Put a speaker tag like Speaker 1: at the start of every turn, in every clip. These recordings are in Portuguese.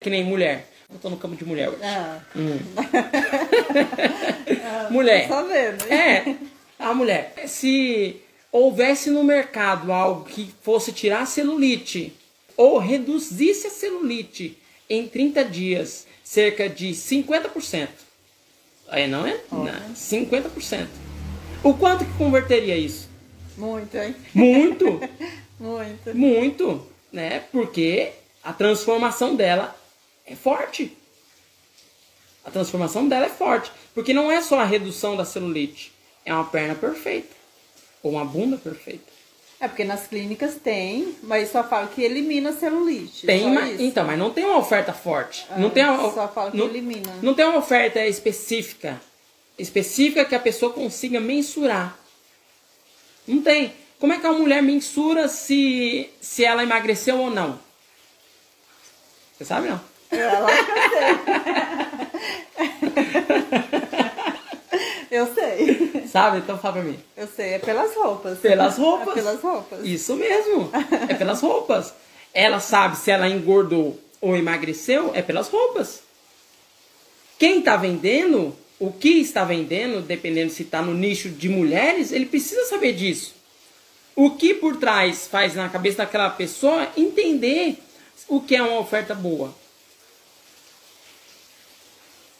Speaker 1: Que nem mulher. Eu tô no campo de mulher hoje.
Speaker 2: Ah.
Speaker 1: Hum.
Speaker 2: Ah,
Speaker 1: Mulher.
Speaker 2: Tô sabendo.
Speaker 1: É, a mulher. Se houvesse no mercado algo que fosse tirar a celulite ou reduzisse a celulite em 30 dias, cerca de 50%. Aí não é? Não, 50%. O quanto que converteria isso?
Speaker 2: Muito, hein?
Speaker 1: Muito,
Speaker 2: Muito.
Speaker 1: muito, né? Porque a transformação dela é forte. A transformação dela é forte. Porque não é só a redução da celulite. É uma perna perfeita. Ou uma bunda perfeita.
Speaker 2: É porque nas clínicas tem, mas só fala que elimina a celulite.
Speaker 1: Tem,
Speaker 2: Tipo só
Speaker 1: mas,
Speaker 2: isso.
Speaker 1: então, mas não tem uma oferta forte.
Speaker 2: Ah,
Speaker 1: não tem uma,
Speaker 2: só fala que
Speaker 1: não,
Speaker 2: elimina.
Speaker 1: Não tem uma oferta específica. Específica que a pessoa consiga mensurar. Não tem. Como é que a mulher mensura se, se ela emagreceu ou não? Você sabe não?
Speaker 2: É, lá que eu sei. eu sei.
Speaker 1: Sabe? Então fala pra mim.
Speaker 2: Eu sei, é pelas roupas.
Speaker 1: Pelas roupas.
Speaker 2: É pelas roupas.
Speaker 1: Isso mesmo. É pelas roupas. Ela sabe se ela engordou ou emagreceu, é pelas roupas. Quem está vendendo, o que está vendendo, dependendo se está no nicho de mulheres, ele precisa saber disso. O que por trás faz na cabeça daquela pessoa entender o que é uma oferta boa.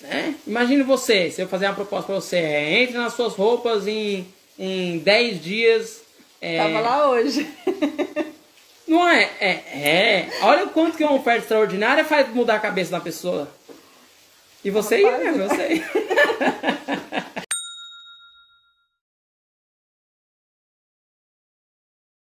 Speaker 1: Né? Imagine você, se eu fazer uma proposta para você, é, entre nas suas roupas em, em 10 dias. é,
Speaker 2: Tava lá hoje.
Speaker 1: não é, é, é. Olha o quanto que uma oferta extraordinária faz mudar a cabeça da pessoa. E você ia, né? Você ia.